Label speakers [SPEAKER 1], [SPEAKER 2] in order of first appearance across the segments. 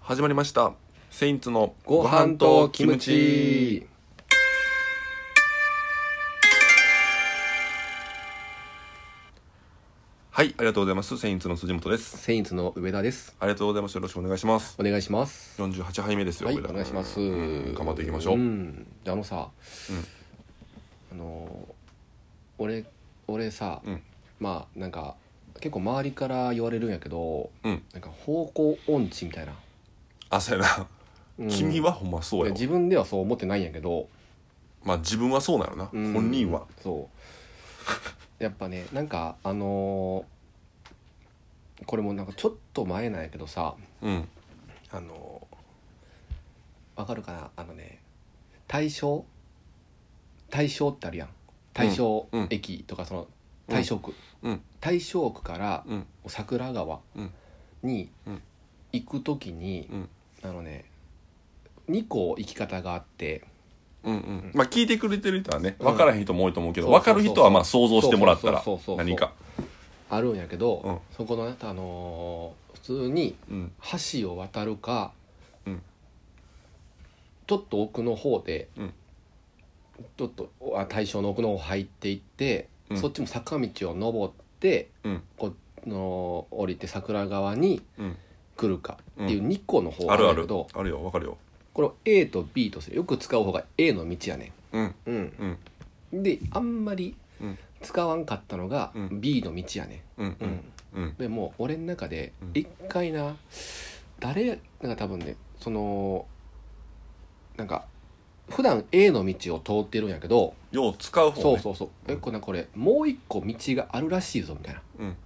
[SPEAKER 1] 始まりましたセインツの
[SPEAKER 2] ご飯とキムチ
[SPEAKER 1] はいありがとうございますセインツの辻本です
[SPEAKER 2] セインツの上田です
[SPEAKER 1] ありがとうございますよろしくお願いします
[SPEAKER 2] お願いします
[SPEAKER 1] 48杯目ですよ、
[SPEAKER 2] はい
[SPEAKER 1] 上
[SPEAKER 2] お
[SPEAKER 1] 田
[SPEAKER 2] 願いします
[SPEAKER 1] うん頑張っていきましょう、
[SPEAKER 2] んであのさ、あの俺俺さ、
[SPEAKER 1] うん
[SPEAKER 2] まあなんか結構周りから言われるんやけど
[SPEAKER 1] うん
[SPEAKER 2] なんか方向音痴みたいな、
[SPEAKER 1] あそうやな、
[SPEAKER 2] うん
[SPEAKER 1] 君はほんま
[SPEAKER 2] い
[SPEAKER 1] そう
[SPEAKER 2] や
[SPEAKER 1] やわ
[SPEAKER 2] 自分ではそう思ってないんやけど、
[SPEAKER 1] まあ自分はそうなのな、
[SPEAKER 2] うん
[SPEAKER 1] 本人は
[SPEAKER 2] そうやっぱねなんかあのーこれもなんかちょっと前なんやけどさ
[SPEAKER 1] うん
[SPEAKER 2] あのわかるかなあのね大正大正ってあるやん大正
[SPEAKER 1] うんうん
[SPEAKER 2] 駅とかその大正区、
[SPEAKER 1] うん
[SPEAKER 2] 大正区から
[SPEAKER 1] うん
[SPEAKER 2] 桜川
[SPEAKER 1] うん
[SPEAKER 2] に
[SPEAKER 1] うん
[SPEAKER 2] 行く時に、
[SPEAKER 1] うん
[SPEAKER 2] あのね2個行き方があって
[SPEAKER 1] うんうんまあ聞いてくれてる人はね
[SPEAKER 2] うん
[SPEAKER 1] 分からへん人も多いと思うけど、
[SPEAKER 2] そうそう
[SPEAKER 1] 分
[SPEAKER 2] そう
[SPEAKER 1] かる人はまあ想像してもらったら
[SPEAKER 2] そうそうそうそう
[SPEAKER 1] 何か
[SPEAKER 2] あるんやけど、
[SPEAKER 1] うん
[SPEAKER 2] そこのね、あのー普通に
[SPEAKER 1] うん
[SPEAKER 2] 橋を渡るか、
[SPEAKER 1] うん
[SPEAKER 2] ちょっと奥の方で、
[SPEAKER 1] うん
[SPEAKER 2] ちょっとあ大正の奥の方入っていって、
[SPEAKER 1] うん
[SPEAKER 2] そっちも坂道を登って
[SPEAKER 1] うん
[SPEAKER 2] この降りて桜川に
[SPEAKER 1] うん
[SPEAKER 2] 来るかっていうう2個の方
[SPEAKER 1] あるあ
[SPEAKER 2] ん
[SPEAKER 1] る
[SPEAKER 2] だけど、
[SPEAKER 1] あるよ分かるよ
[SPEAKER 2] これを A と B とするよく使う方が A の道やね
[SPEAKER 1] うん
[SPEAKER 2] ん、
[SPEAKER 1] うん
[SPEAKER 2] であんまり
[SPEAKER 1] うん
[SPEAKER 2] 使わんかったのが
[SPEAKER 1] うん
[SPEAKER 2] B の道やね
[SPEAKER 1] うん
[SPEAKER 2] ん、
[SPEAKER 1] うんうん
[SPEAKER 2] でもう俺の中で
[SPEAKER 1] うん
[SPEAKER 2] 一回な、誰なんか多分ねそのなんか普段 A の道を通ってるんやけど、
[SPEAKER 1] よう使う方ね
[SPEAKER 2] そうそうそうえこれなこれもう一個道があるらしいぞみたいな
[SPEAKER 1] うん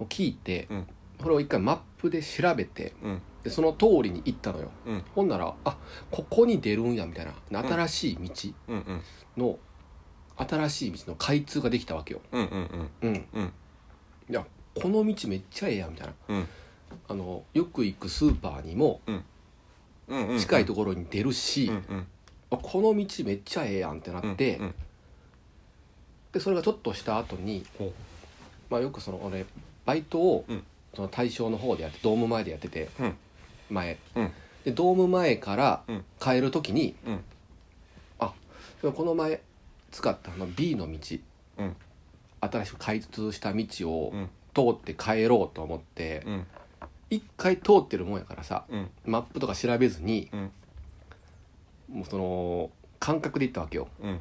[SPEAKER 2] を聞いて、
[SPEAKER 1] うん
[SPEAKER 2] それを一回マップで調べて
[SPEAKER 1] うん
[SPEAKER 2] でその通りに行ったのよ、
[SPEAKER 1] うん
[SPEAKER 2] ほんならあここに出るんやみたいな新しい道
[SPEAKER 1] うんうん
[SPEAKER 2] の、新しい道の開通ができたわけよ、
[SPEAKER 1] うんうん
[SPEAKER 2] うん
[SPEAKER 1] うん
[SPEAKER 2] いやこの道めっちゃええやんみたいな、
[SPEAKER 1] うん
[SPEAKER 2] あのよく行くスーパーにも
[SPEAKER 1] うんうんうん
[SPEAKER 2] 近いところに出るし、
[SPEAKER 1] うんうん
[SPEAKER 2] あこの道めっちゃええやんってな
[SPEAKER 1] うん
[SPEAKER 2] って、
[SPEAKER 1] うん
[SPEAKER 2] でそれがちょっとした後に、
[SPEAKER 1] ほう
[SPEAKER 2] まあ、よくその俺バイトを
[SPEAKER 1] うん
[SPEAKER 2] その対象の方でやってドーム前でやってて、
[SPEAKER 1] うん
[SPEAKER 2] 前、
[SPEAKER 1] うん
[SPEAKER 2] でドーム前から
[SPEAKER 1] うん
[SPEAKER 2] 帰る時に、
[SPEAKER 1] うん
[SPEAKER 2] あこの前使ったあの B の道、
[SPEAKER 1] うん
[SPEAKER 2] 新しく開通した道を
[SPEAKER 1] うん
[SPEAKER 2] 通って帰ろうと思って
[SPEAKER 1] うん
[SPEAKER 2] 一回通ってるもんやからさ
[SPEAKER 1] うん
[SPEAKER 2] マップとか調べずに、
[SPEAKER 1] うん
[SPEAKER 2] もうその感覚で行ったわけよ、
[SPEAKER 1] うん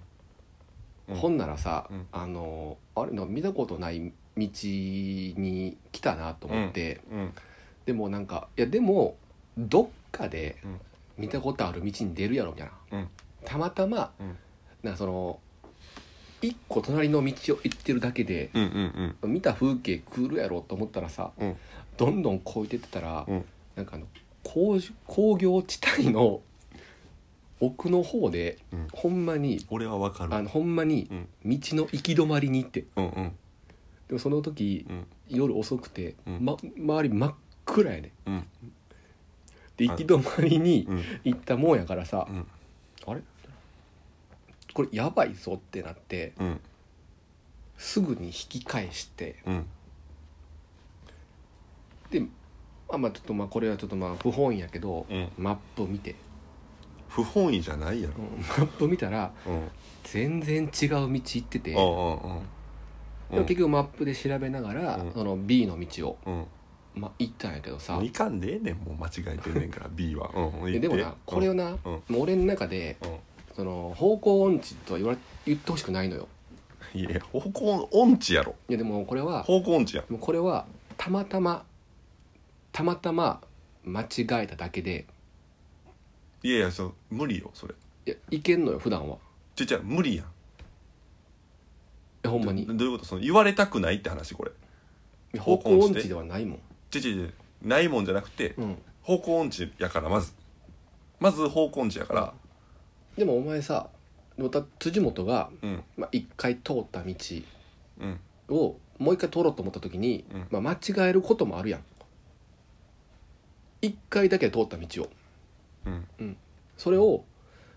[SPEAKER 1] うん
[SPEAKER 2] ほんならさ、
[SPEAKER 1] うん
[SPEAKER 2] あのあれなんか見たことない道に来たなと思って、
[SPEAKER 1] うん
[SPEAKER 2] でもなんかいやでもどっかで
[SPEAKER 1] うん
[SPEAKER 2] 見たことある道に出るやろみたい
[SPEAKER 1] う
[SPEAKER 2] な、
[SPEAKER 1] ん
[SPEAKER 2] たまたま、
[SPEAKER 1] うん
[SPEAKER 2] なんかその一個隣の道を行ってるだけで
[SPEAKER 1] うんうんうん
[SPEAKER 2] 見た風景来るやろと思ったらさ、
[SPEAKER 1] うん
[SPEAKER 2] どんどん越えてってたら、
[SPEAKER 1] うん
[SPEAKER 2] なんかあの工事工業地帯の奥の方で、
[SPEAKER 1] うん
[SPEAKER 2] ほんまに
[SPEAKER 1] 俺は分か
[SPEAKER 2] あ
[SPEAKER 1] る
[SPEAKER 2] のほんまに
[SPEAKER 1] うん
[SPEAKER 2] 道の行き止まりに行って
[SPEAKER 1] うんうん
[SPEAKER 2] でもその時、
[SPEAKER 1] うん
[SPEAKER 2] 夜遅くて、
[SPEAKER 1] うん
[SPEAKER 2] ま、周り真っ暗やね
[SPEAKER 1] うん
[SPEAKER 2] で
[SPEAKER 1] あ
[SPEAKER 2] 行き止まりに
[SPEAKER 1] うん
[SPEAKER 2] 行ったもんやからさ、
[SPEAKER 1] うん
[SPEAKER 2] あれこれやばいぞってなって
[SPEAKER 1] うん
[SPEAKER 2] すぐに引き返して
[SPEAKER 1] うん
[SPEAKER 2] でまあまあちょっとまあこれはちょっとまあ不本意やけど、
[SPEAKER 1] うん
[SPEAKER 2] マップを見て、
[SPEAKER 1] 不本意じゃないや
[SPEAKER 2] う
[SPEAKER 1] ろ
[SPEAKER 2] んマップ見たら
[SPEAKER 1] うん
[SPEAKER 2] 全然違う道行ってて、
[SPEAKER 1] うんうんうん
[SPEAKER 2] でも結局マップで調べながら、
[SPEAKER 1] うん
[SPEAKER 2] その B の道を、
[SPEAKER 1] うん
[SPEAKER 2] まあ、行ったんやけどさ
[SPEAKER 1] もういかんでええねんもう間違えてんねんから B はうん
[SPEAKER 2] ででもなこれをな、
[SPEAKER 1] うん
[SPEAKER 2] もう俺の中で
[SPEAKER 1] うん
[SPEAKER 2] その方向音痴とは言われ言ってほしくないのよ
[SPEAKER 1] いや方向音痴やろ
[SPEAKER 2] いやでもこれは
[SPEAKER 1] 方向音痴やん
[SPEAKER 2] もうこれはたまたまたまたま間違えただけで
[SPEAKER 1] いやいやそう無理よそれ
[SPEAKER 2] いやいけんのよ普段は
[SPEAKER 1] ちっちゃい無理やん
[SPEAKER 2] えほんまに
[SPEAKER 1] どどういうことその言われたくないって話これ
[SPEAKER 2] いや方向音痴ではないもん、
[SPEAKER 1] ちっちゃいちっちゃいないもんじゃなくて
[SPEAKER 2] うん、
[SPEAKER 1] 方向音痴やからまずまず方向音痴やから
[SPEAKER 2] でもお前さまた辻元が、
[SPEAKER 1] うん
[SPEAKER 2] まあ、一回通った道
[SPEAKER 1] うん
[SPEAKER 2] をもう一回通ろうと思った時に、
[SPEAKER 1] う
[SPEAKER 2] まあ、間違えることもあるやん一回だけ通った道を
[SPEAKER 1] うん
[SPEAKER 2] それを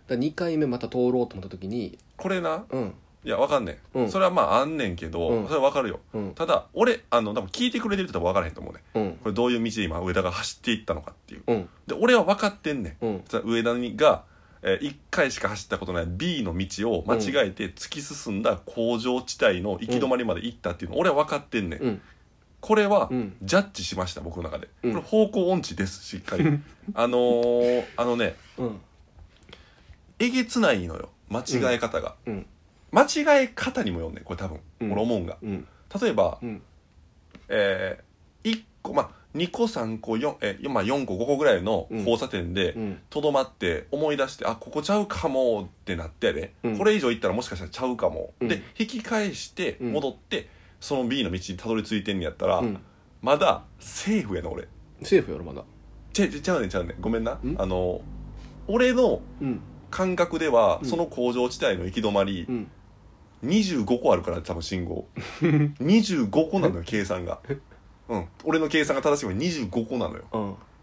[SPEAKER 2] だ2回目また通ろうと思った時に
[SPEAKER 1] これな
[SPEAKER 2] うん
[SPEAKER 1] いいやわかんねん、
[SPEAKER 2] うん
[SPEAKER 1] それはまああんねんけど、
[SPEAKER 2] うん
[SPEAKER 1] それはわかるよ
[SPEAKER 2] うん
[SPEAKER 1] ただ俺あの多分聞いてくれてる人は分からへんと思うね
[SPEAKER 2] うん
[SPEAKER 1] これどういう道で今上田が走っていったのかっていう
[SPEAKER 2] うん
[SPEAKER 1] で俺は分かってんねん
[SPEAKER 2] うん
[SPEAKER 1] 実は上田にが、え1回しか走ったことない B の道を間違えて突き進んだ工場地帯の行き止まりまで行ったっていうの、俺は分かってんねん、
[SPEAKER 2] うん
[SPEAKER 1] これは、
[SPEAKER 2] うん
[SPEAKER 1] ジャッジしました僕の中で、
[SPEAKER 2] うん
[SPEAKER 1] これ方向音痴ですしっかり あのーあのね
[SPEAKER 2] うん
[SPEAKER 1] えげつないのよ間違え方が、
[SPEAKER 2] うん
[SPEAKER 1] 間違え方にもよんねんこれ多分、
[SPEAKER 2] うん
[SPEAKER 1] 俺思うんが
[SPEAKER 2] うん
[SPEAKER 1] 例えば、
[SPEAKER 2] うん
[SPEAKER 1] え1個まあ2個3個4、えーまあ、4個5個ぐらいの交差点で、
[SPEAKER 2] うん
[SPEAKER 1] とどまって思い出してあここちゃうかもってなってね、
[SPEAKER 2] うん
[SPEAKER 1] これ以上行ったらもしかしたらちゃうかも、
[SPEAKER 2] うん
[SPEAKER 1] で引き返して
[SPEAKER 2] うん
[SPEAKER 1] 戻って、その B の道にたどり着いてんやったら、
[SPEAKER 2] うん
[SPEAKER 1] まだセーフやな俺
[SPEAKER 2] セーフやろまだ
[SPEAKER 1] ちゃうちゃうちゃうねんちゃうねんごめんな
[SPEAKER 2] うん
[SPEAKER 1] あの俺の
[SPEAKER 2] うん
[SPEAKER 1] 感覚では、
[SPEAKER 2] うん
[SPEAKER 1] その工場地帯の行き止まり
[SPEAKER 2] う、ん
[SPEAKER 1] 25個あるから多分信 号25個なのよ計算がうん俺の計算が正しいの25個なのよ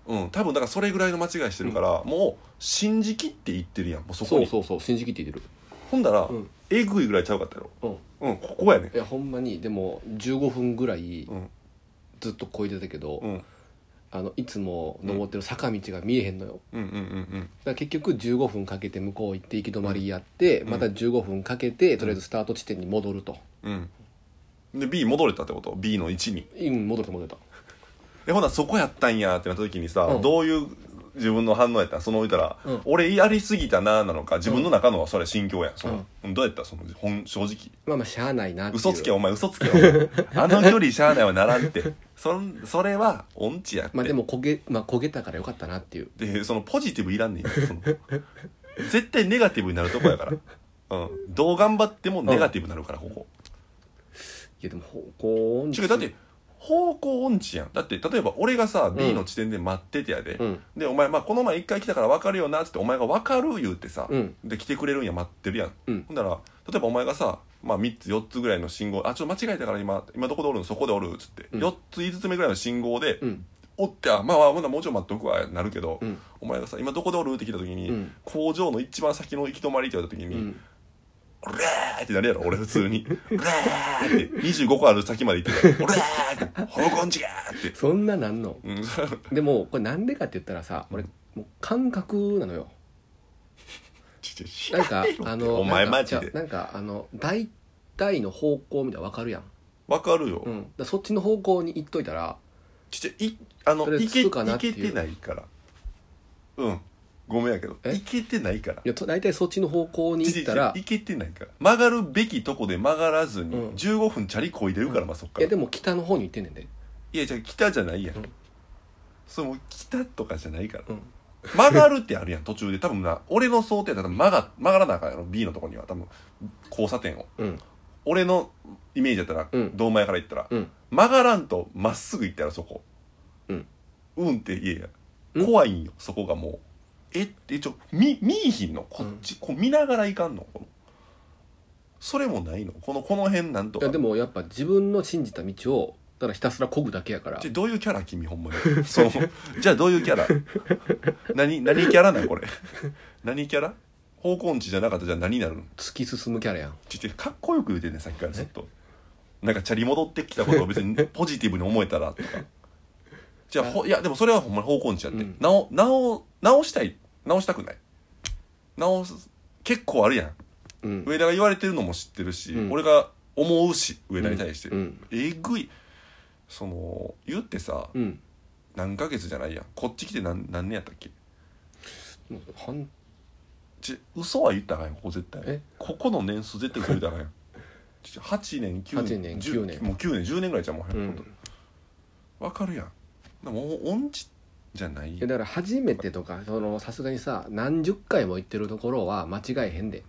[SPEAKER 2] うん
[SPEAKER 1] うん多分だからそれぐらいの間違いしてるから、もう信じきって言ってるやんもうそこ
[SPEAKER 2] そ
[SPEAKER 1] に
[SPEAKER 2] うそうそう信じきって言ってる
[SPEAKER 1] ほんだら、
[SPEAKER 2] うん
[SPEAKER 1] えぐいぐらいちゃうかったやろ
[SPEAKER 2] うん
[SPEAKER 1] うんここやね
[SPEAKER 2] いやほんまにでも15分ぐらい
[SPEAKER 1] うん
[SPEAKER 2] ずっとこいでたけど、
[SPEAKER 1] うんうん
[SPEAKER 2] あのいつも登ってる坂道が見えへんのよ、だか
[SPEAKER 1] うんうん
[SPEAKER 2] ら結局15分かけて向こう行って行き止まりやって、
[SPEAKER 1] うん
[SPEAKER 2] また15分かけてとりあえずスタート地点に戻ると、
[SPEAKER 1] うんうんで B 戻れたってこと B の1に
[SPEAKER 2] うん、戻った戻った
[SPEAKER 1] えほなそこやったんやってなった時にさ、
[SPEAKER 2] うん
[SPEAKER 1] どういう自分の反応やったその言ったら、
[SPEAKER 2] うん
[SPEAKER 1] 俺やりすぎたなーなのか自分の中のそれ心境やんその、どうやったその本正直
[SPEAKER 2] まあまあしゃあないなっていう
[SPEAKER 1] 嘘つけお前嘘つけお 前あの距離しゃあないはならんってそんそれは音痴やって、
[SPEAKER 2] まあでも焦げ,、まあ、焦げたからよかったなっていう
[SPEAKER 1] でそのポジティブいらんねんよその絶対ネガティブになるとこやから、うん、どう頑張ってもネガティブになるからここ
[SPEAKER 2] いやでも方向音痴
[SPEAKER 1] 違うだって方向音痴やんだって例えば俺がさ B の地点で待っててやで、
[SPEAKER 2] うん
[SPEAKER 1] でお前、まあ、この前一回来たから分かるよなっつってお前が分かる言うてさ、
[SPEAKER 2] うん
[SPEAKER 1] で来てくれるんや待ってるやん、
[SPEAKER 2] うん
[SPEAKER 1] ほんなら例えばお前がさ、まあ、3つ4つぐらいの信号あちょっと間違えたから今今どこでおるのそこでおるっつって、
[SPEAKER 2] うん
[SPEAKER 1] 4つ5つ目ぐらいの信号で、
[SPEAKER 2] うん
[SPEAKER 1] おってあまあまあほんならもうちょい待っとくわなるけど、
[SPEAKER 2] うん
[SPEAKER 1] お前がさ今どこでおるって来た時に、
[SPEAKER 2] うん
[SPEAKER 1] 工場の一番先の行き止まりって言われた時
[SPEAKER 2] う
[SPEAKER 1] に、
[SPEAKER 2] ん
[SPEAKER 1] オレーってなるやろ俺普通にオレーって25個ある先まで行ってたオレー って香港違ーって
[SPEAKER 2] そんななんの
[SPEAKER 1] うん
[SPEAKER 2] でもこれなんでかって言ったらさ俺もう感覚なのよ
[SPEAKER 1] ちょちょ
[SPEAKER 2] なんか
[SPEAKER 1] 知らんよ
[SPEAKER 2] あの
[SPEAKER 1] お前
[SPEAKER 2] なんか
[SPEAKER 1] マジ
[SPEAKER 2] じゃ
[SPEAKER 1] で
[SPEAKER 2] あなんかあの大体の方向みたいな分かるやん、
[SPEAKER 1] わかるよ、
[SPEAKER 2] うん、だからそっちの方向に行っといたら
[SPEAKER 1] ちょちょいあの
[SPEAKER 2] それ
[SPEAKER 1] いけ
[SPEAKER 2] つくかなってい
[SPEAKER 1] いうけてないからうんごめんやけど
[SPEAKER 2] え
[SPEAKER 1] いけてないから
[SPEAKER 2] いやと大体そっちの方向に
[SPEAKER 1] ちょち
[SPEAKER 2] 行
[SPEAKER 1] ょ
[SPEAKER 2] ったら
[SPEAKER 1] ちょいけてないから曲がるべきとこで曲がらずに、
[SPEAKER 2] うん
[SPEAKER 1] 15分チャリこいでるから、まあそっから
[SPEAKER 2] いやでも北の方に行ってんねんで、
[SPEAKER 1] いやじゃあ北じゃないやん、
[SPEAKER 2] うん
[SPEAKER 1] それもう北とかじゃないから、
[SPEAKER 2] うん
[SPEAKER 1] 曲がるってあるやん途中で多分な俺の想定だと曲が曲がらなあかんやろ B のとこには多分交差点を
[SPEAKER 2] うん、
[SPEAKER 1] 俺のイメージだったら、
[SPEAKER 2] うん
[SPEAKER 1] 道前から行ったら、
[SPEAKER 2] うん
[SPEAKER 1] 曲がらんとまっすぐ行ったらそこ
[SPEAKER 2] うん
[SPEAKER 1] うんって言え
[SPEAKER 2] う
[SPEAKER 1] や
[SPEAKER 2] ん
[SPEAKER 1] 怖いんよそこがもうえってちょ見見いひんのこっち、こう見ながら行かんのこのそれもないのこのこの辺なんと
[SPEAKER 2] い
[SPEAKER 1] か
[SPEAKER 2] やでもやっぱ自分の信じた道をただひたすら漕ぐだけやから
[SPEAKER 1] じゃあどういうキャラ君ほんまに そのじゃあどういうキ ャラ何何キャラなんこれ何キャラ方向音痴じゃなかったじゃあ何になるの
[SPEAKER 2] 突き進むキャラやん
[SPEAKER 1] ちょっとかっこよく言うてんねんさっきからずっとなんかチャリ戻ってきたことを別 にポジティブに思えたらとかじゃあほいやでもそれはほんまに方向音痴やって、
[SPEAKER 2] うん
[SPEAKER 1] 直直直したい直したくない直す結構あるやん
[SPEAKER 2] うん
[SPEAKER 1] 上田が言われてるのも知ってるし、
[SPEAKER 2] うん
[SPEAKER 1] 俺が思うし上田に対して、
[SPEAKER 2] うん
[SPEAKER 1] えぐいその言ってさ
[SPEAKER 2] うん、
[SPEAKER 1] 何ヶ月じゃないやんこっち来て何何年やったっけ
[SPEAKER 2] うん、はん
[SPEAKER 1] ち嘘は言ったらあかんよここ絶対
[SPEAKER 2] え
[SPEAKER 1] ここの年数絶対嘘言ったらあかんよ ち8年9年
[SPEAKER 2] 8年
[SPEAKER 1] 10
[SPEAKER 2] 9年
[SPEAKER 1] もう9年10年ぐらいじゃんもう、
[SPEAKER 2] う
[SPEAKER 1] ほ
[SPEAKER 2] ん
[SPEAKER 1] んとわかるやんでももう音痴じゃない
[SPEAKER 2] いやだから初めてとかそのさすがにさ何十回も行ってるところは間違えへんで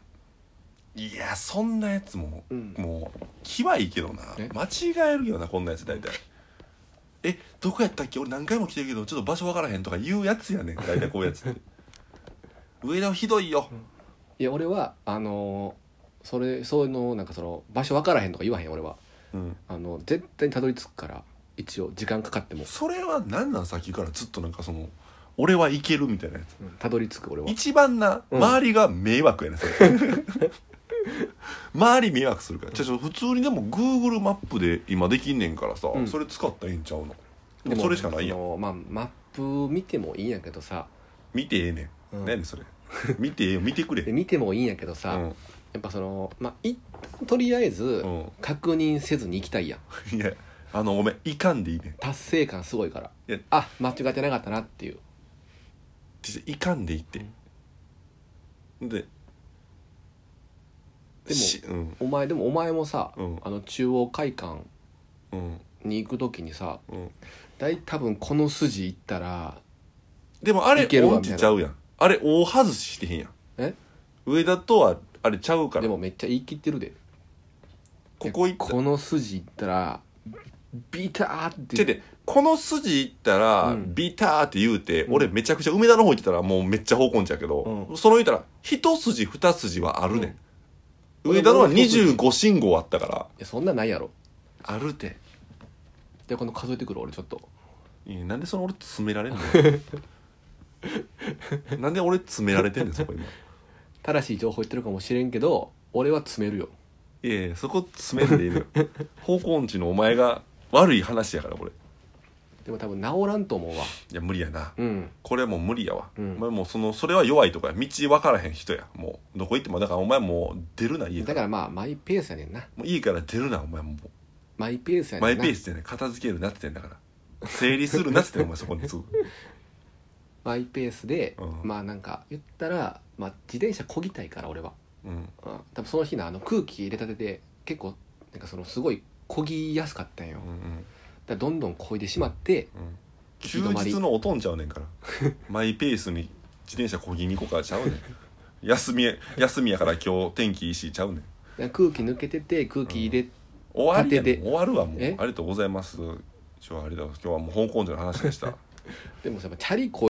[SPEAKER 1] いやそんなやつも、
[SPEAKER 2] うん
[SPEAKER 1] もう気はいいけどな
[SPEAKER 2] え
[SPEAKER 1] 間違えるよなこんなやつ大体えどこやったっけ俺何回も来てるけどちょっと場所わからへんとか言うやつやねん大体こういうや つって上田はひどいよ、
[SPEAKER 2] いや俺はあのーそれそういうのなんかその場所分からへんとか言わへん俺は
[SPEAKER 1] うん、
[SPEAKER 2] あの絶対にたどり着くから一応時間かかっても
[SPEAKER 1] それは何なんさっきからずっとなんかその俺はいけるみたいなやつ
[SPEAKER 2] うんたどり着く俺は
[SPEAKER 1] 一番な、
[SPEAKER 2] うん
[SPEAKER 1] 周りが迷惑やねんそれ周り迷惑するからじゃあ普通にでも Google マップで今できんねんからさ、
[SPEAKER 2] うん
[SPEAKER 1] それ使ったらええんちゃうの
[SPEAKER 2] でも
[SPEAKER 1] それしかないやん
[SPEAKER 2] そのまあマップ見てもいいんやけどさ、
[SPEAKER 1] 見てええねん、
[SPEAKER 2] うん
[SPEAKER 1] 何やねんそれ見てええ よ見てくれ
[SPEAKER 2] で見てもいいんやけど
[SPEAKER 1] う
[SPEAKER 2] さ、や
[SPEAKER 1] ん、
[SPEAKER 2] っぱそのまあ一旦とりあえず
[SPEAKER 1] うん、
[SPEAKER 2] 確認せずに行きたいやん
[SPEAKER 1] いやあのごめんいかんでいいねん
[SPEAKER 2] 達成感すごいから
[SPEAKER 1] いや
[SPEAKER 2] あ間違ってなかったなっていう
[SPEAKER 1] 実際いかんでいいって、で
[SPEAKER 2] でも
[SPEAKER 1] しうん
[SPEAKER 2] お前でもお前もさ、
[SPEAKER 1] うん
[SPEAKER 2] あの中央会館
[SPEAKER 1] うん
[SPEAKER 2] に行く時にさ
[SPEAKER 1] うん
[SPEAKER 2] 大多分この筋行ったら
[SPEAKER 1] でもあれ
[SPEAKER 2] いけるわ
[SPEAKER 1] 音痴ちゃうやんあれ大外ししてへんやん
[SPEAKER 2] え
[SPEAKER 1] 上田とはあれちゃうか
[SPEAKER 2] で
[SPEAKER 1] ら
[SPEAKER 2] もめっちゃ言い切ってるで
[SPEAKER 1] ここ行った
[SPEAKER 2] この筋行ったらビターって
[SPEAKER 1] ちょいでこの筋行ったら、
[SPEAKER 2] うん
[SPEAKER 1] ビターって言うて、
[SPEAKER 2] うん
[SPEAKER 1] 俺めちゃくちゃ梅田の方行ってたらもうめっちゃ方向んちゃうけど、
[SPEAKER 2] う
[SPEAKER 1] その言ったら一筋二筋はあるね、ん、
[SPEAKER 2] うん
[SPEAKER 1] 上田のは
[SPEAKER 2] 俺も一筋
[SPEAKER 1] 25信号あったから
[SPEAKER 2] いやそんなないやろ
[SPEAKER 1] あるて
[SPEAKER 2] でこの数えてくる俺ちょっと
[SPEAKER 1] いやなんでその俺詰められん のなんで俺詰められてんねんそこ今
[SPEAKER 2] 正しい情報言ってるかもしれんけど俺は詰めるよ
[SPEAKER 1] いやいやそこ詰めんでいいのよ方向音痴のお前が悪い話やからこれい
[SPEAKER 2] でも多分治らんと思うわ
[SPEAKER 1] や無理やな
[SPEAKER 2] うん
[SPEAKER 1] これはもう無理やわ、
[SPEAKER 2] うん
[SPEAKER 1] お前もうそのそれは弱いとかや道分からへん人やもうどこ行ってもだからお前もう出るな家から
[SPEAKER 2] だからまあマイペースやねんな
[SPEAKER 1] もういいから出るなお前もう
[SPEAKER 2] マイペースや
[SPEAKER 1] マ
[SPEAKER 2] ね
[SPEAKER 1] イ
[SPEAKER 2] んな
[SPEAKER 1] ペースでね片付けるなって言ってんだから整理するなって言ってんお前そこにすぐ
[SPEAKER 2] マイペースで、
[SPEAKER 1] うん
[SPEAKER 2] まあなんか言ったら、まあ、自転車こぎたいから俺は、
[SPEAKER 1] うん
[SPEAKER 2] うん、多分その日のあの空気入れたてで結構なんかそのすごいこぎやすかったんよ
[SPEAKER 1] うんうん
[SPEAKER 2] だからどんどんこいでしまって
[SPEAKER 1] うん休
[SPEAKER 2] 行き止まり
[SPEAKER 1] 日のおとんちゃうねんから マイペースに自転車こぎに行こうからちゃうねん休み休みやから今日天気いいしちゃうねん
[SPEAKER 2] なんか空気抜けてて空気入れ、
[SPEAKER 1] 終わりや
[SPEAKER 2] 立て
[SPEAKER 1] ね
[SPEAKER 2] て
[SPEAKER 1] ん終わるわもうあ
[SPEAKER 2] え
[SPEAKER 1] りがとうございます今日はありがとう今日はもう香港での話でした
[SPEAKER 2] でもさやっぱチャリこ